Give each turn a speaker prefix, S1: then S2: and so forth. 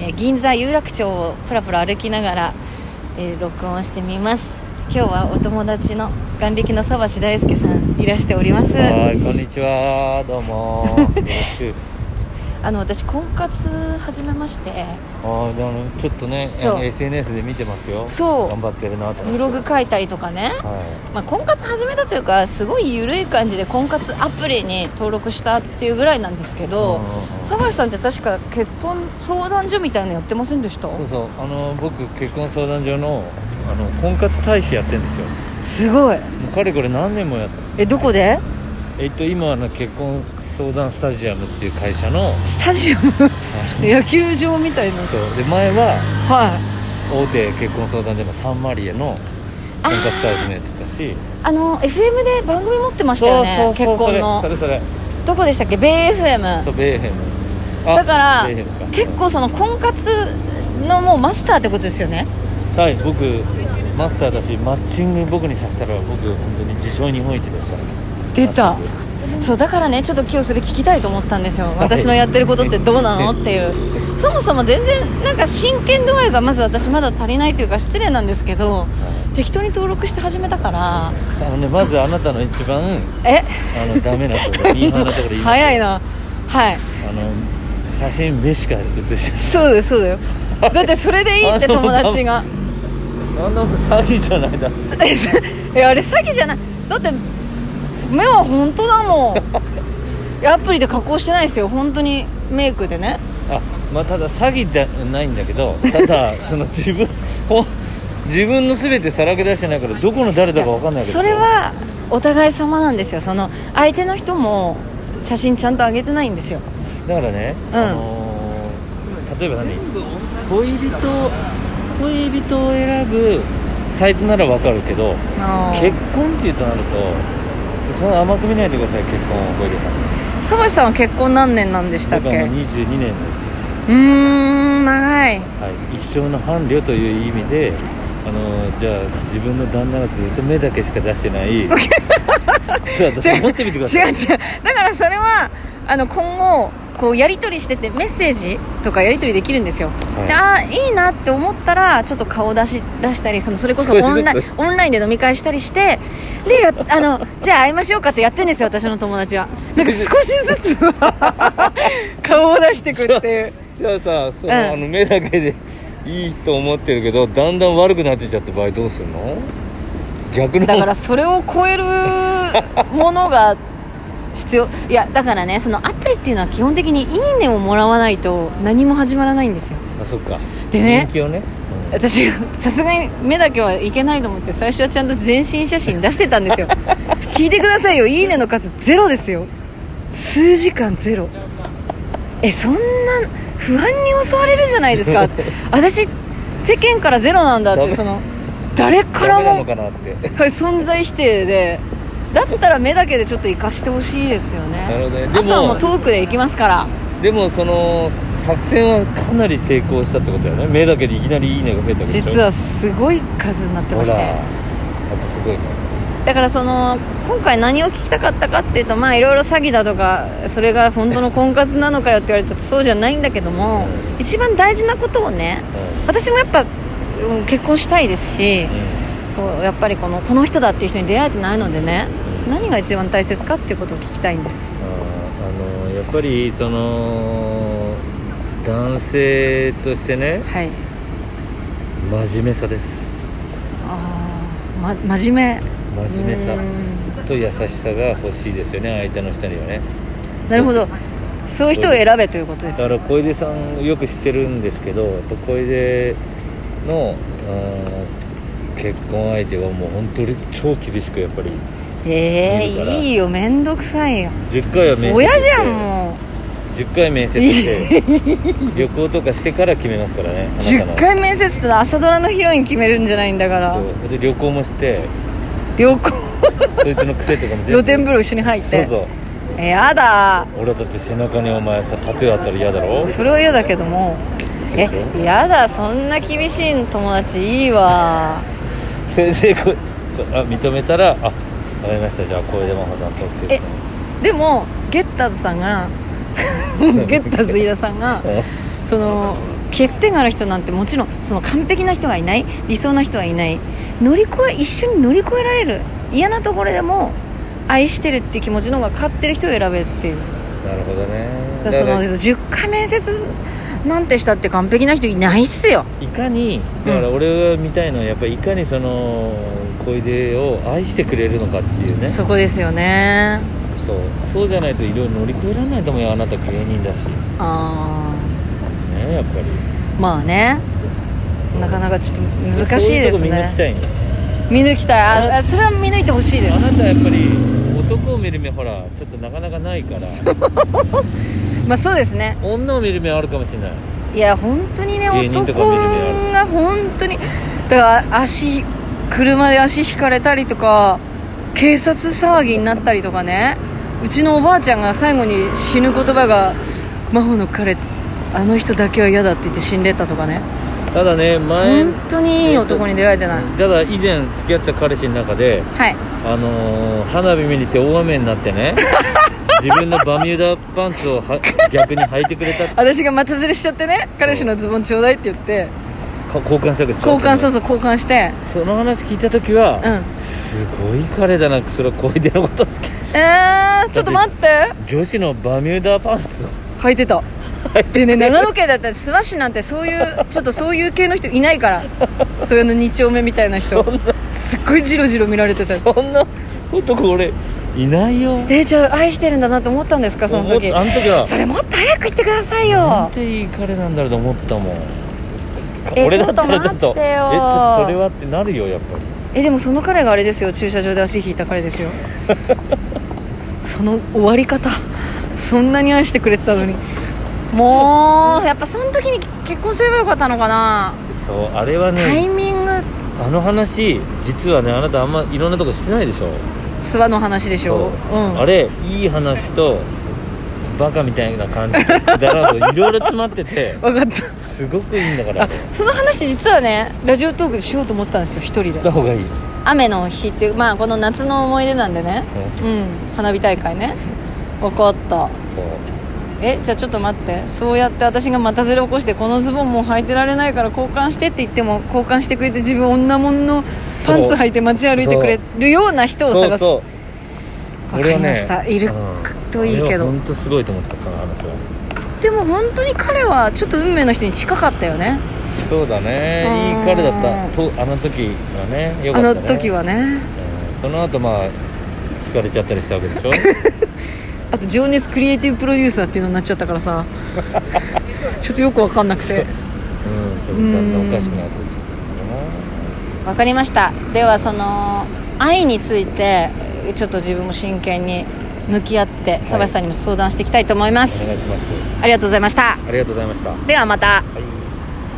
S1: えー銀座有楽町をプラプラ歩きながら、えー録音してみます今日はお友達の眼力の沢志大輔さんいらしております
S2: はい、こんにちは。どうも。よろし く。
S1: あの私婚活始めまして
S2: ああ、でもちょっとね、あ
S1: そう
S2: の SNS で見てますよ。
S1: そう
S2: 頑張ってるなと思って。
S1: ブログ書いたりとかね、
S2: は
S1: まあ、婚活始めたというかすごい緩い感じで婚活アプリに登録したっていうぐらいなんですけど
S2: うんうんうん
S1: 沢井さんって確か結婚相談所みたいなのやってませんでした
S2: い。そうそう。あの僕結婚相談所のあの婚活大使やってるんですよ。も
S1: すごいう
S2: かれこれ何年もやって。
S1: えどこで
S2: えっと今あの結婚相談スタジアムっていう会社の。
S1: スタジアム野球場みたいな
S2: そう。で前は
S1: はい
S2: 大手結婚相談所のサンマリエの
S1: あー
S2: 婚活大使もやってたし。
S1: あの FM で番組持ってましたよね
S2: そうそうそう。そ
S1: 結
S2: れ
S1: 婚の
S2: それそれ。
S1: どこでしたっけベイ FM
S2: そうベーヘム。あ
S1: だから
S2: ベーヘムか
S1: 結構その婚活のもうマスターってことですよね
S2: はい僕マスターだしマッチング僕にさせたら僕本当に自称日本一ですから
S1: 出たそうだからねちょっと今日それ聞きたいと思ったんですよ私のやってることってどうなのっていうそもそも全然なんか真剣度合いがまず私まだ足りないというか失礼なんですけど適当に登録して始めたから
S2: あのねまずあなたの一番
S1: え
S2: あのダメなところミーハーなところ言いま す
S1: 早いなはい
S2: あの写真目しか写して
S1: そうだよそうだよだってそれでいいって友達が
S2: ないあんなもん詐欺じゃないだろ
S1: えす いやあれ詐欺じゃないだって目は本当だも んアプリで加工してないですよ本当にメイクでね
S2: あまあただ詐欺じゃないんだけどただその自分を自分の全てさらけ出してないからどこの誰だか分かんないわけです
S1: そ
S2: よ
S1: れはお互い様なんですよその相手の人も写真ちゃんと上げてないんですよ
S2: だからね、
S1: うん
S2: あのー例えば何恋人恋人を選ぶサイトならわかるけど結婚っていうとなるとその甘く見ないでください結婚を小池さ
S1: サバシさんは結婚何年なんでしたっ
S2: ん僕は
S1: け
S2: もう
S1: う
S2: 22年です、
S1: ーん長い
S2: はい、一生の伴侶という意味であのーじゃあ自分の旦那がずっと目だけしか出してない そうだと思ってみてください
S1: 違う違うだからそれはあの今後こうやり取りしててメッセージとかやり取りできるんですよ、
S2: はい
S1: でああいいなって思ったらちょっと顔出し出したりそのそれこそ
S2: 少しず
S1: オ
S2: つ
S1: ンラインオンラインで飲み会したりしてでやあのじゃあ会いましょうかってやってんですよ私の友達はなんか少しずつ顔を出してくっていう
S2: じゃあさ
S1: う
S2: その、
S1: ん
S2: あの目だけでいいと思ってるけどだんだん悪くなってっちゃった場合どうすんの逆の
S1: だからそれを超えるものが必要いやだからねそのアプリっていうのは基本的に「いいね」をもらわないと何も始まらないんですよ
S2: あそっか
S1: でね
S2: 人気をね、
S1: 私さすがに目だけはいけないと思って最初はちゃんと全身写真出してたん ですよ聞いてくださいよ「いいね」の数ゼロですよ数時間ゼロえそんな不安に襲われるじゃないです か私世間からゼロなんだっ
S2: ダ
S1: て
S2: メ
S1: その誰
S2: か
S1: から
S2: らな
S1: も
S2: のかなって
S1: はい存在否定でだったら目だけでちょっと生かしてほしいですよ
S2: な
S1: ね
S2: るほどねで
S1: あとはもう
S2: も
S1: トークで行きますから
S2: でもその作戦はかなり成功したってことだよね目だけでいきなり「いいね」が増えたわけでしょ
S1: 実はすごい数になって
S2: ほ
S1: まし
S2: ら
S1: て
S2: やっぱすごいね
S1: だからその今回何を聞きたかったかっていうとまあいろいろ詐欺だとかそれが本当の婚活なのかよって言われるとそうじゃないんだけども一番大事なことをね私もやっぱうん結婚したいですし
S2: うん、
S1: そうやっぱりこのこの人だっていう人に出会えてないのでね何が一番大切かっていうことを聞きたいんです
S2: うんあーあのやっぱりその男性としてね
S1: はい
S2: 真面目さです
S1: ああ、ま、真面目
S2: 真面目さ
S1: う
S2: と優しさが欲しいですよね相手の人にはね
S1: ーんなるほどそういう人を選べということで
S2: だ
S1: す
S2: から小出さんよく知ってるんですけどやっぱ小出のうん結婚相手はもう本当に超厳しくやっぱり
S1: え
S2: 見るから
S1: えいいよ面倒くさいよ
S2: 10回は面接して
S1: 親じゃんも
S2: 10回面接 して旅行とかしてから決めますからね
S1: う
S2: あなたの
S1: 10回面接ってのは朝ドラのヒロイン決めるんじゃないんだから
S2: そうそれで旅行もして
S1: 旅行
S2: そいつの癖とかも全部
S1: 露天風呂一緒に入っ
S2: そう
S1: て
S2: そう
S1: えやだ
S2: 俺はだって背中にお前さタトゥーあったら嫌だろ
S1: それは嫌だけどもえやだそんな厳しい友達いいわ
S2: それでこあ認めたらあわかりましたじゃあ小出真帆さんとって
S1: えで もゲッターズさんがゲッターズ飯田さんが
S2: うん
S1: その欠点がある人なんてもちろんその完璧な人がいない理想な人はいない乗り越え一緒に乗り越えられる嫌なところでも愛してるっていう気持ちの方が勝ってる人を選べっていう
S2: なるほどね
S1: さその
S2: だから
S1: 10回面接なんてしたって完璧な人いないっすよ
S2: いかにだから俺が見たいのはやっぱりいかにその小出を愛してくれるのかっていうね
S1: そこですよね
S2: そうそうじゃないといろいろ乗り越えられないと思うよあなた芸人だしね
S1: あ
S2: やっぱり
S1: あまあねなかなかちょっと難しいです
S2: そういうとこ見抜き
S1: ね
S2: たいんだよ
S1: 見抜きたいあ
S2: あ
S1: あそれは見抜いてほしいです
S2: あなたはやっぱり男を見る目ほらちょっとなかなかないから
S1: まあそうですね
S2: 女を見る目はあるかもしれない
S1: いや本当にね
S2: 芸人
S1: 男
S2: とか見る目あ
S1: が
S2: る
S1: 本当にだから足車で足引かれたりとか警察騒ぎになったりとかねうちのおばあちゃんが最後に死ぬ言葉が「真帆の彼あの人だけは嫌だ」って言って死んでったとかね
S2: ただね前
S1: 本当にいい男に出会えてない、
S2: ただ以前付き合った彼氏の中で
S1: はい
S2: あのー花火見に行って大雨になっ てね自分のバミューダパンツをは逆に履いてくれたか
S1: 私が股ずれしちゃってね彼氏のズボンちょうだいって言って
S2: 交換したわけです
S1: 交換そうそ
S2: そ
S1: う交換して
S2: その話聞いた時は、
S1: うん
S2: すごい彼だなそれは小出のこと好き
S1: えー、ちょっと待って
S2: 女子のバミューダパンツを
S1: 履いてたでね長野県だったら諏訪市なんてそういうちょっとそういう系の人いないから そういうの2丁目みたいな人すっごいジロジロ見られてた
S2: そんな男俺いないよ
S1: えー、じゃあ愛してるんだなと思ったんですかその時
S2: 思っあの時は
S1: それもっと早く言ってください
S2: なん
S1: よ
S2: ていい彼なんだろうと思ったもん
S1: え
S2: 俺だったら
S1: ち
S2: ち
S1: ょ
S2: ょ
S1: っと
S2: っ
S1: 待
S2: と
S1: ってよ
S2: えちょっとそれはってなるよやっぱり
S1: えでもその彼があれですよ駐車場で足引いた彼です よその終わり方そんなに愛してくれてたのにもうやっぱその時に結婚すればよかったのかな、
S2: そうあれは
S1: タイ
S2: ね
S1: ミング
S2: あの話実はねあなたあんまいろんなとこしてないでしょ
S1: 諏訪の話でしょ
S2: そうあれいい話とバカみたいな感じでくだらんといろいろ詰まってて
S1: 分かった
S2: すごくいいんだから
S1: あその話実はねラジオトークでしようと思ったんですよ一人
S2: した
S1: で
S2: 方がいい、うん
S1: 雨の日ってまあこの夏の思い出なんでねうん花火大会ね分かった
S2: そう
S1: えじゃあちょっと待ってそうやって私がまたずれ起こしてこのズボンもう履いてられないから交換してって言っても交換してくれて自分女物のパンツ履いて街歩いてくれるような人を
S2: そう
S1: 探す
S2: そう
S1: わかりましたいるといいけど
S2: 本当すごいと思ったその話は
S1: でも本当に彼はちょっと運命の人に近かったよね
S2: そうだね
S1: うん
S2: いい彼だったとあの時はねよか
S1: あ
S2: った、ね、
S1: の時はね
S2: うんその後まあ疲れちゃったりしたわけで しょ
S1: あと情熱クリエイティブプロデューサーっていうのになっちゃったから さちょっとよく分かんなくて
S2: うんちょっとだんだんおかしくなってき
S1: 分かりましたではその愛についてちょっと自分も真剣に向き合ってサバシさんにも相談していきたいと思いま
S2: た
S1: す、
S2: かなお願いします
S1: ありがとうございました
S2: ありがとうございましたは
S1: ではまた
S2: い